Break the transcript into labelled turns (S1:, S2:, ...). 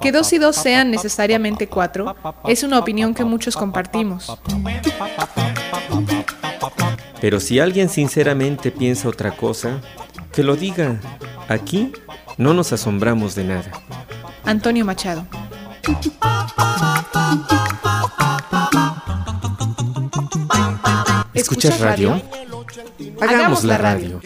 S1: Que dos y dos sean necesariamente cuatro es una opinión que muchos compartimos.
S2: Pero si alguien sinceramente piensa otra cosa, que lo diga. Aquí no nos asombramos de nada.
S1: Antonio Machado.
S2: ¿Escuchas radio?
S1: Hagamos la radio.